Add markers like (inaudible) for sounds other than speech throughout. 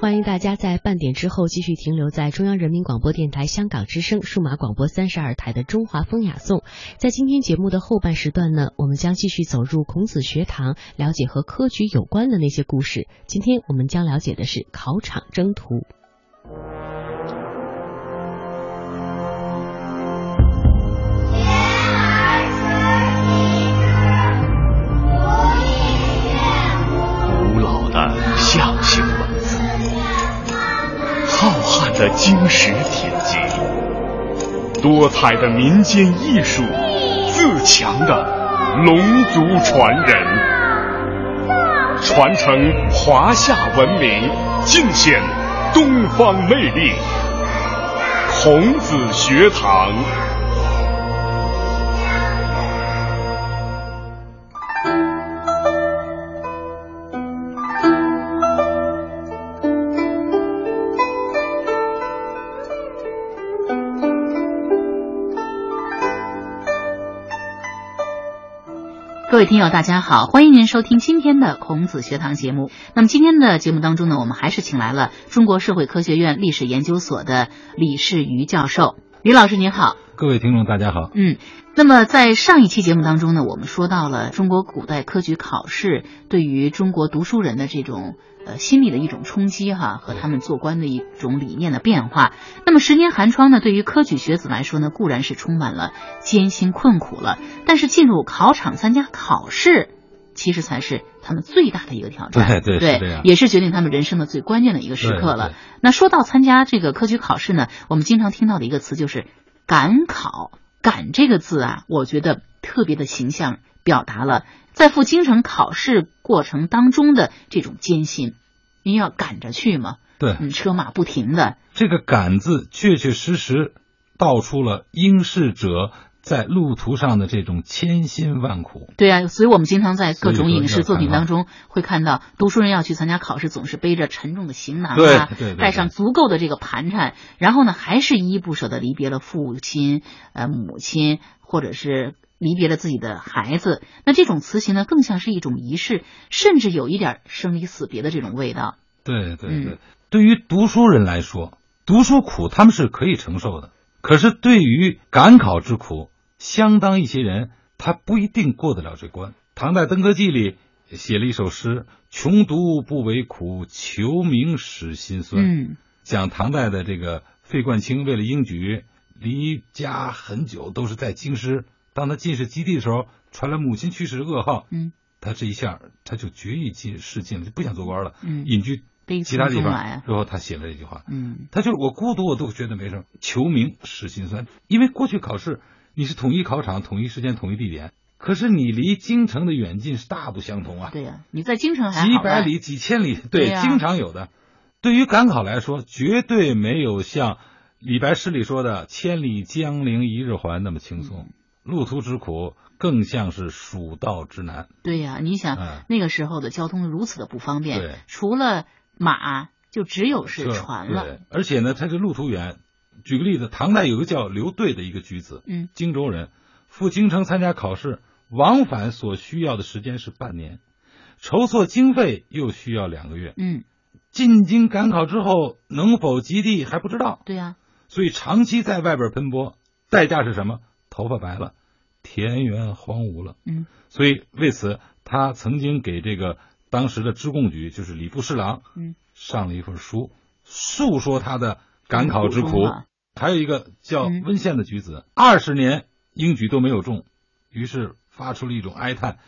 欢迎大家在半点之后继续停留在中央人民广播电台香港之声数码广播三十二台的《中华风雅颂》。在今天节目的后半时段呢，我们将继续走入孔子学堂，了解和科举有关的那些故事。今天我们将了解的是考场征途。古老的象形文字，浩瀚的经史典籍，多彩的民间艺术，自强的龙族传人，传承华夏文明，尽显东方魅力。孔子学堂。各位听友，大家好，欢迎您收听今天的孔子学堂节目。那么今天的节目当中呢，我们还是请来了中国社会科学院历史研究所的李世瑜教授。李老师您好，各位听众，大家好。嗯，那么在上一期节目当中呢，我们说到了中国古代科举考试对于中国读书人的这种呃心理的一种冲击哈、和他们做官的一种理念的变化。那么十年寒窗呢，对于科举学子来说呢，固然是充满了艰辛困苦了，但是进入考场参加考试，其实才是他们最大的一个挑 (laughs) 对战。对是这样。也是决定他们人生的最关键的一个时刻了。那说到参加这个科举考试呢，我们经常听到的一个词就是“赶考”。赶这个字啊，我觉得特别的形象，表达了在赴京城考试过程当中的这种艰辛。您要赶着去嘛，对对，嗯，车马不停的，这个“赶”字确确实实道出了应试者在路途上的这种千辛万苦。对啊，所以我们经常在所各种以说影视作品要赶当中会看到，读书人要去参加考试，总是背着沉重的行囊对啊对对，对带上足够的这个盘缠，然后呢，还是依依不舍的离别了父亲、呃母亲，或者是离别了自己的孩子。那这种辞行呢，更像是一种仪式，甚至有一点生离死别的这种味道。对对对，嗯对于读书人来说，读书苦他们是可以承受的，可是对于赶考之苦，相当一些人他不一定过得了这关。唐代《登科记》里写了一首诗：“穷读不为苦，求名始心酸。”嗯讲唐代的这个费冠清为了应举离家很久，都是在京师。当他进士基地的时候，传来母亲去世的噩耗，嗯他这一下他就决意进仕进了，就不想做官了，嗯隐居悲其他从地中方来啊。然后他写了这句话，嗯他就是我孤独，我都觉得没什么。求名使心酸，因为过去考试你是统一考场、统一时间、统一地点，可是你离京城的远近是大不相同啊。对呀、你在京城还几好百办里、几千里，对，对呀经常有的。对于赶考来说，绝对没有像李白诗里说的“千里江陵一日还”那么轻松。嗯路途之苦，更像是蜀道之难。对呀、你想、嗯那个时候的交通如此的不方对便，除了马，就只有是是船了。对而且呢，它这路途远。举个例子，唐代有个叫刘兑的一个举子，嗯，荆州人，赴京城参加考试，往返所需要的时间是半年，筹措经费又需要两个月。嗯，进京赶考之后，能否及第还不知道。对啊呀、所以长期在外边奔波，代价是什么？头发白了，田园荒芜了。嗯，所以为此，他曾经给这个当时的知贡局，就是礼部侍郎，嗯，上了一份书，诉说他的赶考之苦苦衷啊。还有一个叫嗯温县的举子，二十、年英举都没有中，于是发出了一种哀叹，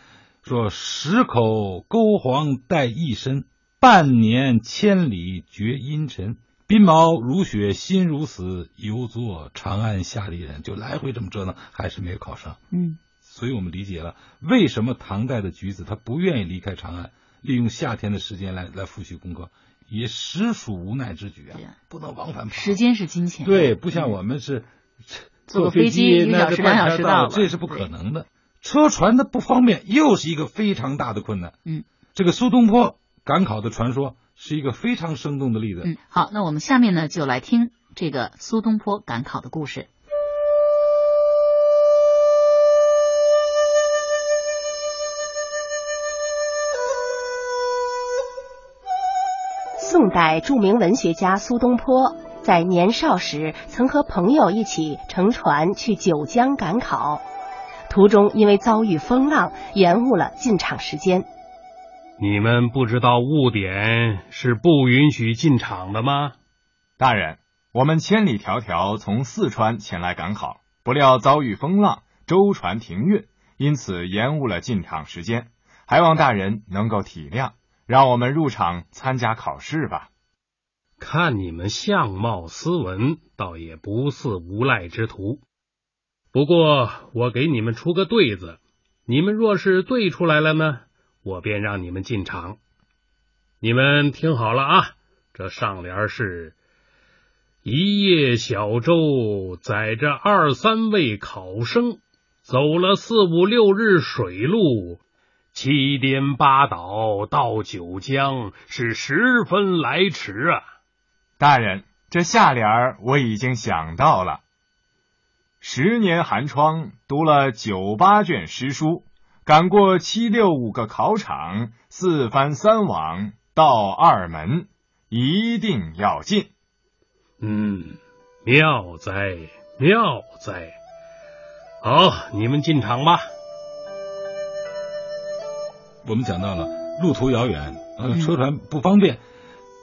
说：“十口勾黄带一身，半年千里觉阴沉。鬓毛如雪，心如死，犹作长安下里人。”就来回这么折腾，还是没有考上。嗯所以我们理解了为什么唐代的举子他不愿意离开长安，利用夏天的时间来来复习功课，也实属无奈之举啊对啊，不能往返跑。时间是金 (laughs) 钱。对，不像我们是嗯坐坐个飞机机一个那小时就半两小时到到了这是不可能的。车船的不方便又是一个非常大的困难。嗯，这个苏东坡赶考的传说是一个非常生动的例子。嗯，好，那我们下面呢就来听这个苏东坡赶考的故事。宋代著名文学家苏东坡在年少时曾和朋友一起乘船去九江赶考，途中因为遭遇风浪，延误了进场时间。你们不知道误点是不允许进场的吗？大人，我们千里迢迢从四川前来赶考，不料遭遇风浪，舟船停运，因此延误了进场时间，还望大人能够体谅，让我们入场参加考试吧。看你们相貌斯文，倒也不似无赖之徒。不过我给你们出个对子，你们若是对出来了呢，我便让你们进场。你们听好了啊，这上联是“一叶小舟载着二三位考生，走了四五六日水路，七颠八倒到九江，是十分来迟啊！大人，这下联儿我已经想到了。十年寒窗，读了九八卷诗书，赶过七六五个考场，四番三往到二门，一定要进。嗯，妙哉，妙哉！好，你们进场吧。我们讲到了路途遥远，呃，嗯车船不方便，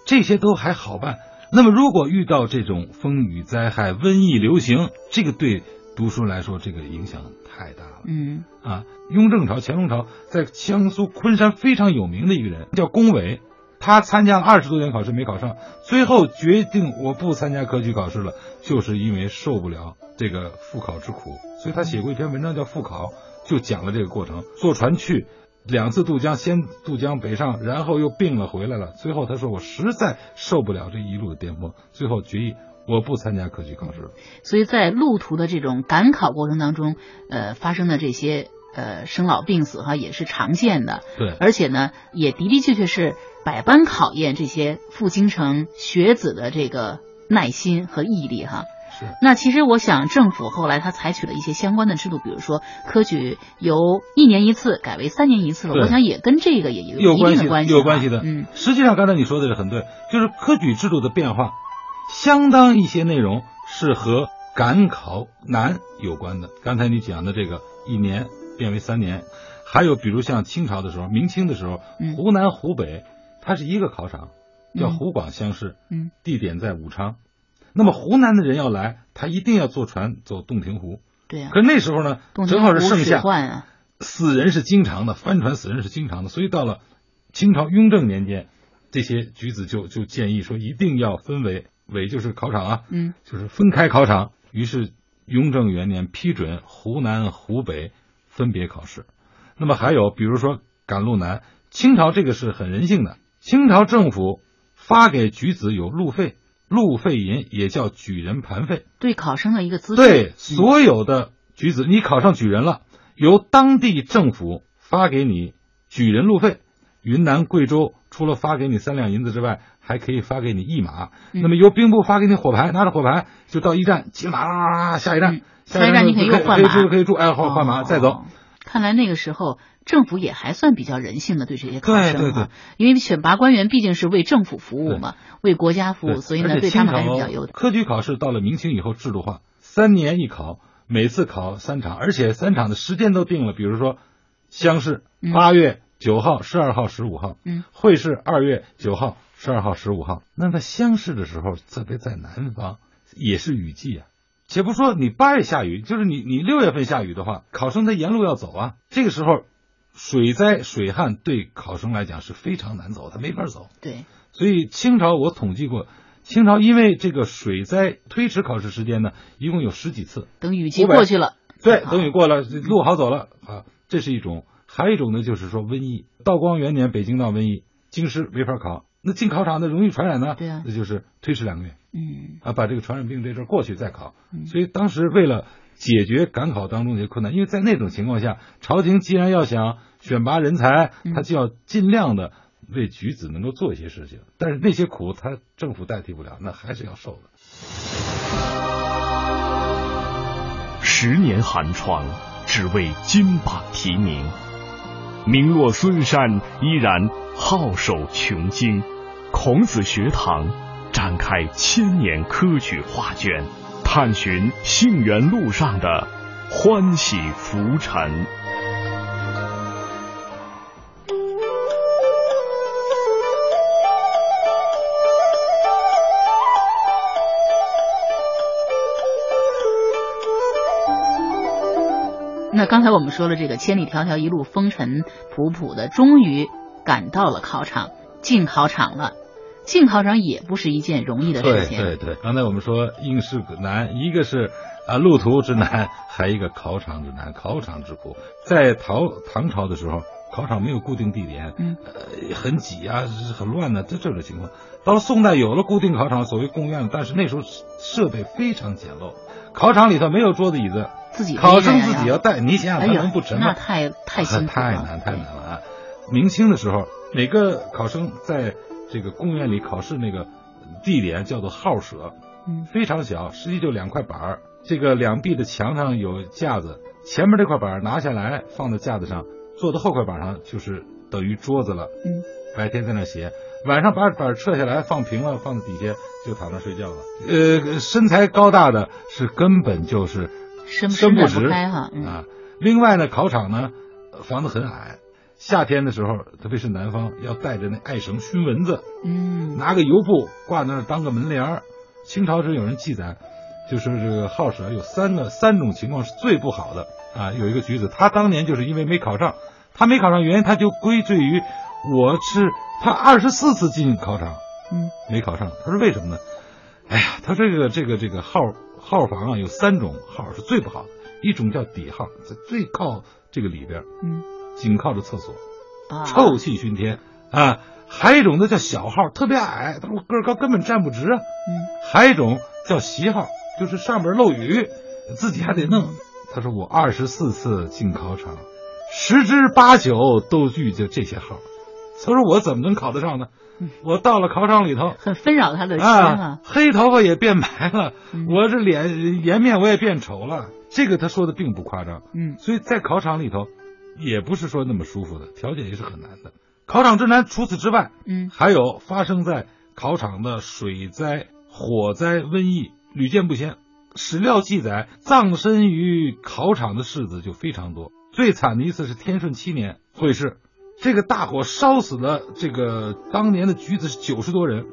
这些都还好办。那么，如果遇到这种风雨灾害、瘟疫流行，这个对读书来说，这个影响太大了。嗯啊，雍正朝、乾隆朝在江苏昆山非常有名的一个人叫龚伟，他参加了二十多年考试没考上，最后决定我不参加科举考试了，就是因为受不了这个复考之苦，所以他写过一篇文章叫《复考》，就讲了这个过程，坐船去。两次渡江，先渡江北上，然后又病了回来了。最后他说：“我实在受不了这一路的颠簸。”最后决议，我不参加科举考试了。所以在路途的这种赶考过程当中，呃，发生的这些呃生老病死哈也是常见的，对，而且呢，也的的确确是百般考验这些赴京城学子的这个耐心和毅力哈。是那其实我想，政府后来他采取了一些相关的制度，比如说科举由一年一次改为三年一次了，对我想也跟这个也有有一定的系，关系，有关系的。嗯，实际上刚才你说的是很对，就是科举制度的变化，相当一些内容是和赶考难有关的。刚才你讲的这个一年变为三年，还有比如像清朝的时候，明清的时候嗯，湖南、湖北它是一个考场，叫嗯湖广乡试，嗯，地点在武昌。那么湖南的人要来，他一定要坐船走洞庭湖。对啊，可是那时候呢洞，庭正好是湖盛水夏，患啊死人是经常的，帆船死人是经常的，所以到了清朝雍正年间，这些举子就就建议说一定要分为为就是考场啊，嗯，就是分开考场。于是雍正元年批准湖南、湖北分别考试。那么还有比如说赶路难，清朝这个是很人性的，清朝政府发给举子有路费，路费银也叫举人盘费。对考生的一个资质，对嗯所有的举子，你考上举人了，由当地政府发给你举人路费。云南、贵州除了发给你三两银子之外，还可以发给你一马。嗯那么由兵部发给你火牌，拿着火牌就到驿站骑马啦啦啦，下一站嗯，下下一站就你可以可又换以马住可以住，哎，换换马哦再走。。看来那个时候政府也还算比较人性的，对这些考生、啊、对对对，因为选拔官员毕竟是为政府服务嘛，为国家服务，对所以而呢，且对他们还清是朝比较优的。科举考试到了明清以后制度化，三年一考，每次考三场，而且三场的时间都定了，比如说乡试嗯八月九号、十二号、十五号，嗯，会试二月九号、十二号、十五号。那么乡试的时候，特别在南方，也是雨季啊。且不说你八月下雨，就是你你六月份下雨的话，考生他沿路要走啊，这个时候水灾水旱对考生来讲是非常难走，他没法走。对，所以清朝我统计过，清朝因为这个水灾推迟考试时间呢，一共有十几次。等雨季过去了，对，等雨过了，路好走了啊，这是一种；还有一种呢，就是说瘟疫。道光元年北京闹瘟疫，京师没法考，那进考场那容易传染呢，对啊那就是推迟两个月嗯啊，把这个传染病这阵儿过去再考。嗯所以当时为了解决赶考当中的困难，因为在那种情况下，朝廷既然要想选拔人才嗯，他就要尽量的为举子能够做一些事情。但是那些苦，他政府代替不了，那还是要受的。十年寒窗，只为金榜题名。名落孙山，依然皓首穷经。孔子学堂展开千年科举画卷，探寻杏园路上的欢喜浮沉。那刚才我们说了，这个千里迢迢一路风尘仆仆的，终于赶到了考场，进考场了。进考场也不是一件容易的对事情，对对，刚才我们说应试难，一个是啊路途之难， (laughs) 还一个考场之难，考场之苦。在唐唐朝的时候，考场没有固定地点，嗯呃，很挤啊，是很乱的、这这种情况。到了宋代有了固定考场，所谓贡院，但是那时候设备非常简陋，考场里头没有桌子椅子，自己考背着生呀自己要带，你想想哎他呀能不沉吗？那太太辛苦 (laughs) 了，太难太难了啊！明清的时候，每个考生在这个公园里考试那个地点叫做号舍，嗯非常小，实际就两块板儿。这个两壁的墙上有架子，前面这块板儿拿下来放在架子上，坐到后块板上就是等于桌子了。嗯，白天在那写，晚上把板儿撤下来放平了，放在底下就躺那睡觉了。呃，身材高大的是根本就是伸伸展直不开哈嗯啊。另外呢，考场呢呃房子很矮，夏天的时候，特别是南方，要带着那艾绳熏蚊子，嗯拿个油布挂那儿当个门帘儿。清朝时有人记载，就是这个好舍有三个三种情况是最不好的啊。有一个举子，他当年就是因为没考上，他没考上原因他就归罪于我是他二十四次进考场，嗯，没考上。他说为什么呢？哎呀，他这个这个这个号号房啊，有三种号是最不好的，一种叫底号，在最靠这个里边，嗯，紧靠着厕所，啊，臭气熏天啊。还有一种呢叫小号，特别矮，他说我个儿高根本站不直啊。嗯还有一种叫席号，就是上边漏雨，自己还得弄。他说我二十四次进考场，十之八九都遇见这些号，他说我怎么能考得上呢嗯？我到了考场里头，很纷扰他的心啊啊，，黑头发也变白了，嗯我这脸颜面我也变丑了。这个他说的并不夸张，嗯所以在考场里头，也不是说那么舒服的，条件也是很难的。考场之难，除此之外，嗯还有发生在考场的水灾、火灾、瘟疫屡见不鲜。史料记载，葬身于考场的士子就非常多。最惨的一次是天顺七年会试，这个大火烧死了这个当年的举子是九十多人，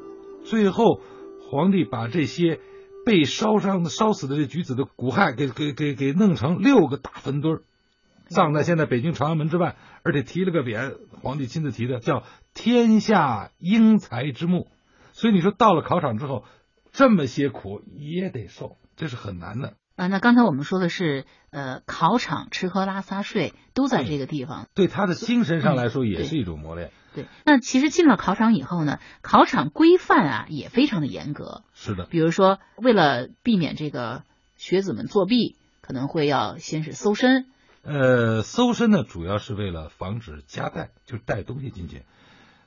最后皇帝把这些被烧伤的烧死的这举子的骨骸给给给给弄成六个大坟堆儿，葬在现在北京朝阳门之外，而且提了个匾，皇帝亲自提的，叫“天下英才之墓”。所以你说到了考场之后，这么些苦也得受，这是很难的。啊，那刚才我们说的是呃，考场吃喝拉撒睡都在这个地方，对他的精神上来说，也对是一种磨练。对。那其实进了考场以后呢，考场规范啊也非常的严格，是的，比如说，为了避免这个学子们作弊，可能会要先是搜身，呃，搜身呢，主要是为了防止夹带，就是带东西进去。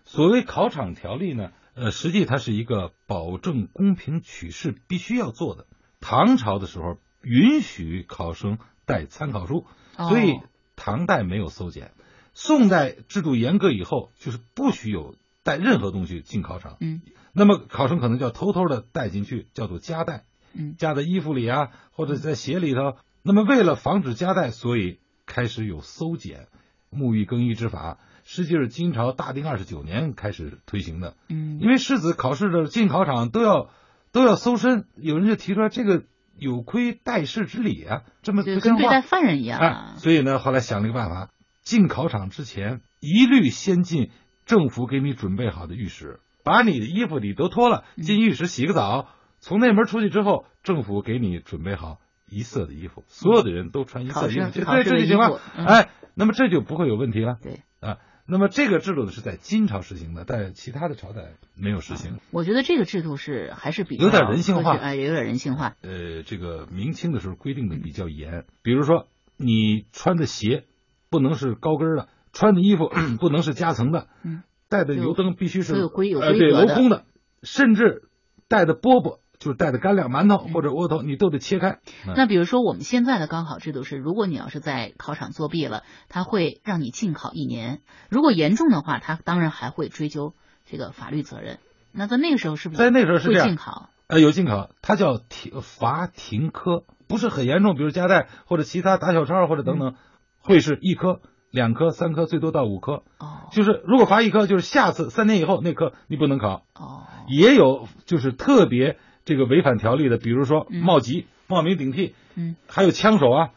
所谓考场条例呢，呃，实际它是一个保证公平取士必须要做的。唐朝的时候允许考生带参考书，哦所以唐代没有搜检。宋代制度严格以后，就是不许有带任何东西进考场。嗯那么考生可能就要偷偷的带进去，叫做夹带。嗯夹在衣服里啊，或者在鞋里头。那么为了防止夹带，所以开始有搜检、沐浴更衣之法，实际是金朝大定二十九年开始推行的。嗯因为士子考试的进考场都要都要搜身。有人就提出来这个有亏待事之理啊，这么就不跟像对待话。犯人一样哎啊，。所以呢，后来想了一个办法，进考场之前一律先进政府给你准备好的浴室，把你的衣服里都脱了，嗯进浴室洗个澡。从那门出去之后，政府给你准备好一色的衣服，所有的人都穿一色嗯考的衣服，试这考对试这的就衣行服了。，嗯，哎，那么这就不会有问题了。对啊，那么这个制度呢是在金朝实行的，在其他的朝代没有实行。我觉得这个制度是还是比较有点人性化科学哎，有点人性化。呃，这个明清的时候规定的比较严，比如说你穿的鞋不能是高跟儿的，穿的衣服 (coughs) 不能是夹层的，嗯带的油有灯必须是都有规有呃规对格镂的空的，甚至带的饽饽就是带的干粮、馒头或者窝头，你都得切开。那比如说我们现在的高考制度是，如果你要是在考场作弊了，他会让你禁考一年；如果严重的话，他当然还会追究这个法律责任。那在那个时候是不是在那时候是会这样禁考？呃，有进口，它叫停罚停科，不是很严重，比如夹带或者其他打小抄或者嗯等等，会是一科、两科、三科，最多到五科。哦就是如果罚一科，就是下次三年以后那科你不能考。哦，也有就是特别这个违反条例的，比如说嗯冒级、冒名顶替，嗯，还有枪手啊，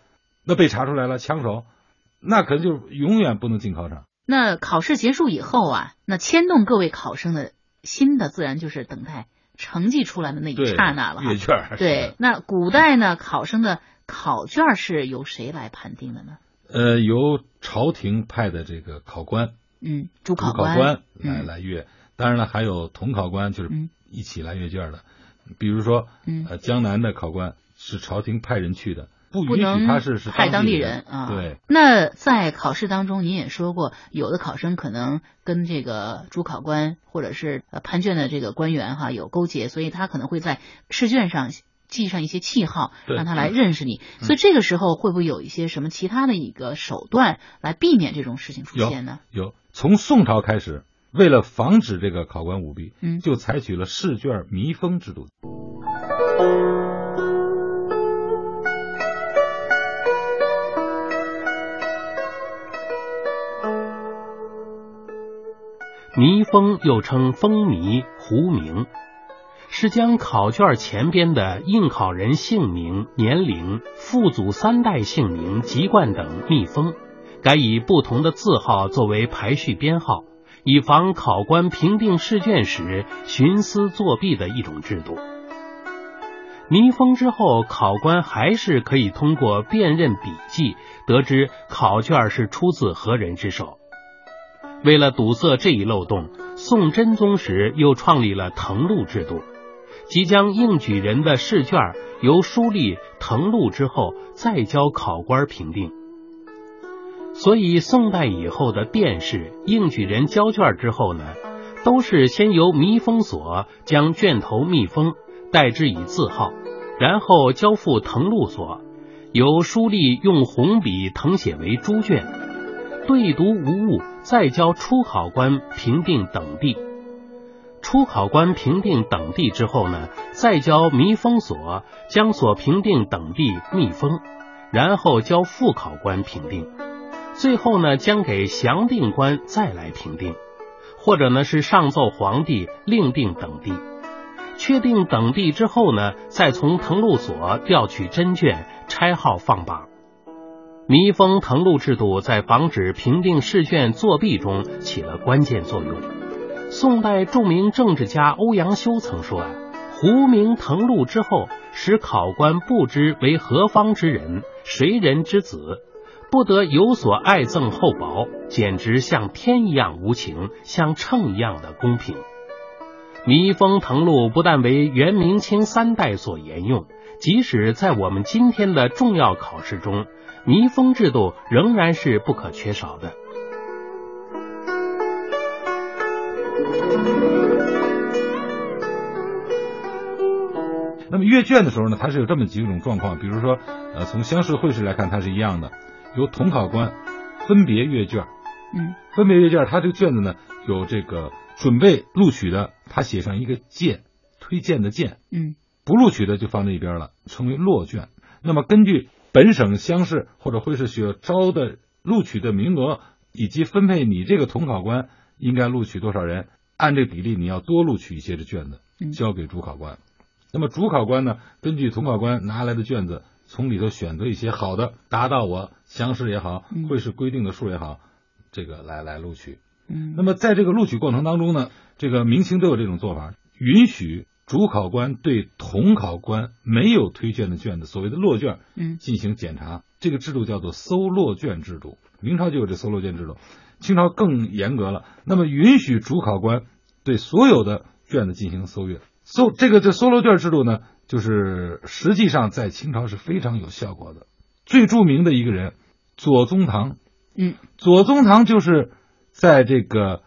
那被查出来了枪手，那可能就永远不能进考场。那考试结束以后啊，那牵动各位考生的心的，自然就是等待成绩出来的那一对，刹那了哈。阅卷儿。对，那古代呢，考生的考卷是由谁来判定的呢？呃，由朝廷派的这个考官。嗯，主主考官来嗯来阅，当然了，还有同考官，就是嗯一起来阅卷的。比如说，嗯呃，江南的考官是朝廷派人去的，不允不许能他是是派当地人啊。对，。那在考试当中，您也说过，有的考生可能跟这个主考官或者是呃判卷的这个官员哈有勾结，所以他可能会在试卷上。记上一些记号，对嗯让他来认识你。所以这个时候会不会有一些什么其他的一个手段来避免这种事情出有现呢？有从宋朝开始，为了防止这个考官舞弊，嗯就采取了试卷密封制度。迷封又称封迷、糊名，是将考卷前边的应考人姓名、年龄、父祖三代姓名、籍贯等密封，改以不同的字号作为排序编号，以防考官评定试卷时徇私作弊的一种制度。密封之后，考官还是可以通过辨认笔迹得知考卷是出自何人之手。为了堵塞这一漏洞，宋真宗时又创立了誊录制度，即将应举人的试卷由书吏誊录之后，再交考官评定。所以，宋代以后的殿试应举人交卷之后呢，都是先由密封所将卷头密封，代之以字号，然后交付誊录所，由书吏用红笔誊写为朱卷。对读无误，再交初考官评定等地。初考官评定等地之后呢，再交密封所将所评定等地密封，然后交副考官评定，最后呢将给详定官再来评定，或者呢是上奏皇帝另定等地。确定等地之后呢，再从誊录所调取真卷，拆号放榜。密封誊录制度在防止评定试卷作弊中起了关键作用。宋代著名政治家欧阳修曾说啊：“胡名誊录之后，使考官不知为何方之人，谁人之子，不得有所爱憎厚薄，简直像天一样无情，像秤一样的公平。”密封誊录不但为元明清三代所沿用，即使在我们今天的重要考试中，密封制度仍然是不可缺少的。那么阅卷的时候呢，它是有这么几种状况，比如说，呃，从乡试、会试来看，它是一样的，由同考官分别阅卷。嗯，分别阅卷，它这个卷子呢有这个准备录取的，他写上一个荐，推荐的荐，嗯，不录取的就放在一边了，称为落卷。那么根据本省乡试或者会试所招的录取的名额，以及分配你这个统考官应该录取多少人，按这个比例你要多录取一些的卷子嗯，交给主考官。那么主考官呢，根据统考官拿来的卷子，从里头选择一些好的，达到我详试也好嗯，会试规定的数也好，这个来来录取。嗯那么在这个录取过程当中呢，这个明星都有这种做法，允许主考官对统考官没有推荐的卷子，所谓的落卷，嗯进行检查。这个制度叫做搜落卷制度，明朝就有这搜落卷制度，清朝更严格了。那么允许主考官对所有的卷子进行搜阅，搜这个这搜落卷制度呢，就是实际上在清朝是非常有效果的。最著名的一个人，左宗棠，嗯左宗棠就是在这个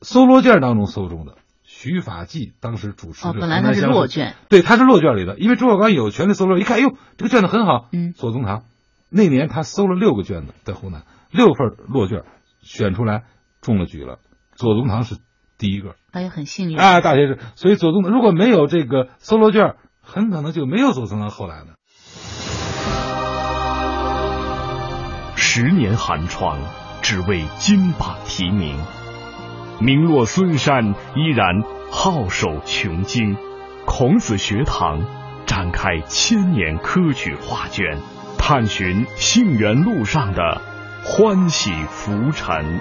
搜罗卷当中搜中的。徐法纪当时主持哦，者，本来它是落，卷，对，他是落卷里的，因为主考官有权利搜罗，一看，哎呦，这个卷子很好。嗯左宗棠那年他搜了六个卷子，在湖南六份落卷，选出来中了举了，左宗棠是第一个哎呀，很幸运。啊，大学士。所以左宗棠如果没有这个搜罗卷，很可能就没有左宗棠后来的。十年寒窗，只为金榜题名。名落孙山，依然皓首穷经。孔子学堂展开千年科举画卷，探寻杏园路上的欢喜浮沉。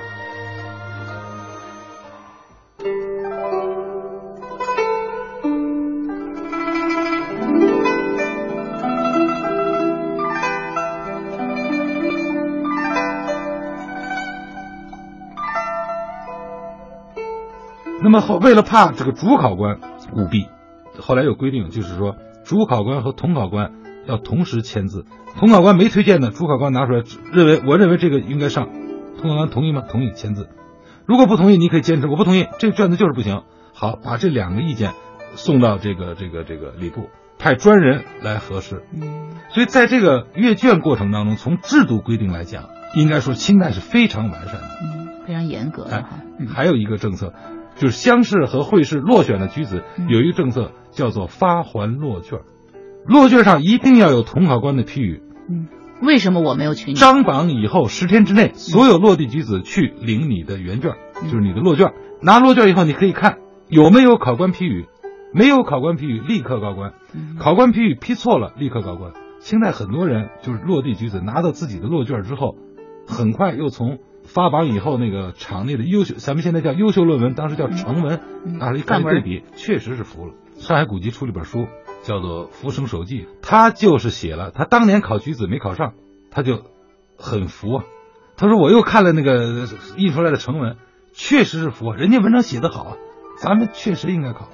那么后为了怕这个主考官舞弊，后来有规定，就是说主考官和统考官要同时签字，统考官没推荐的，主考官拿出来只认为我认为这个应该上，统考官同意吗？同意签字。如果不同意，你可以坚持，我不同意，这个卷子就是不行。好，把这两个意见送到这个这个这个礼部，派专人来核实。嗯所以在这个阅卷过程当中，从制度规定来讲，应该说清代是非常完善的。嗯，非常严格哎的哈。嗯还有一个政策，就是乡试和会试落选的举子嗯有一个政策叫做发还落卷儿，落卷上一定要有统考官的批语，嗯，为什么我没有娶你？张榜以后十天之内，所有落地举子去领你的原卷儿，嗯就是你的落卷儿。拿落卷儿以后，你可以看有没有考官批语，没有考官批语立刻告官，嗯考官批语批错了立刻告官。清代很多人就是落地举子拿到自己的落卷儿之后，很快又从发榜以后那个场内的优秀，咱们现在叫优秀论文，当时叫成文，嗯啊拿出来一看范一对文比，确实是服了。上海古籍出了一本书，叫做《浮生手记》，他就是写了他当年考举子没考上，他就很服啊。他说我又看了那个印出来的成文，确实是服啊，人家文章写得好啊，咱们确实应该考。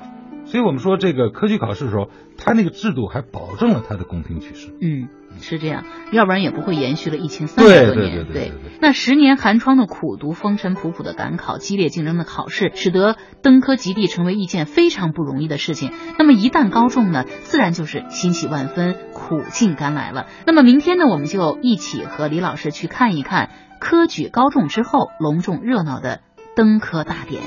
所以我们说这个科举考试的时候，他那个制度还保证了他的公平取士。嗯，是这样，要不然也不会延续了一千三百多对对年。对对对对对那十年寒窗的苦读、风尘仆仆的赶考、激烈竞争的考试，使得登科及第成为一件非常不容易的事情。那么一旦高中呢，自然就是欣喜万分、苦尽甘来了。那么明天呢，我们就一起和李老师去看一看科举高中之后隆重热闹的登科大典。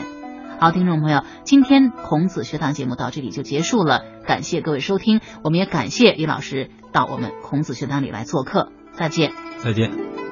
好，听众朋友，今天孔子学堂节目到这里就结束了，感谢各位收听，我们也感谢李老师到我们孔子学堂里来做客，再见。再见。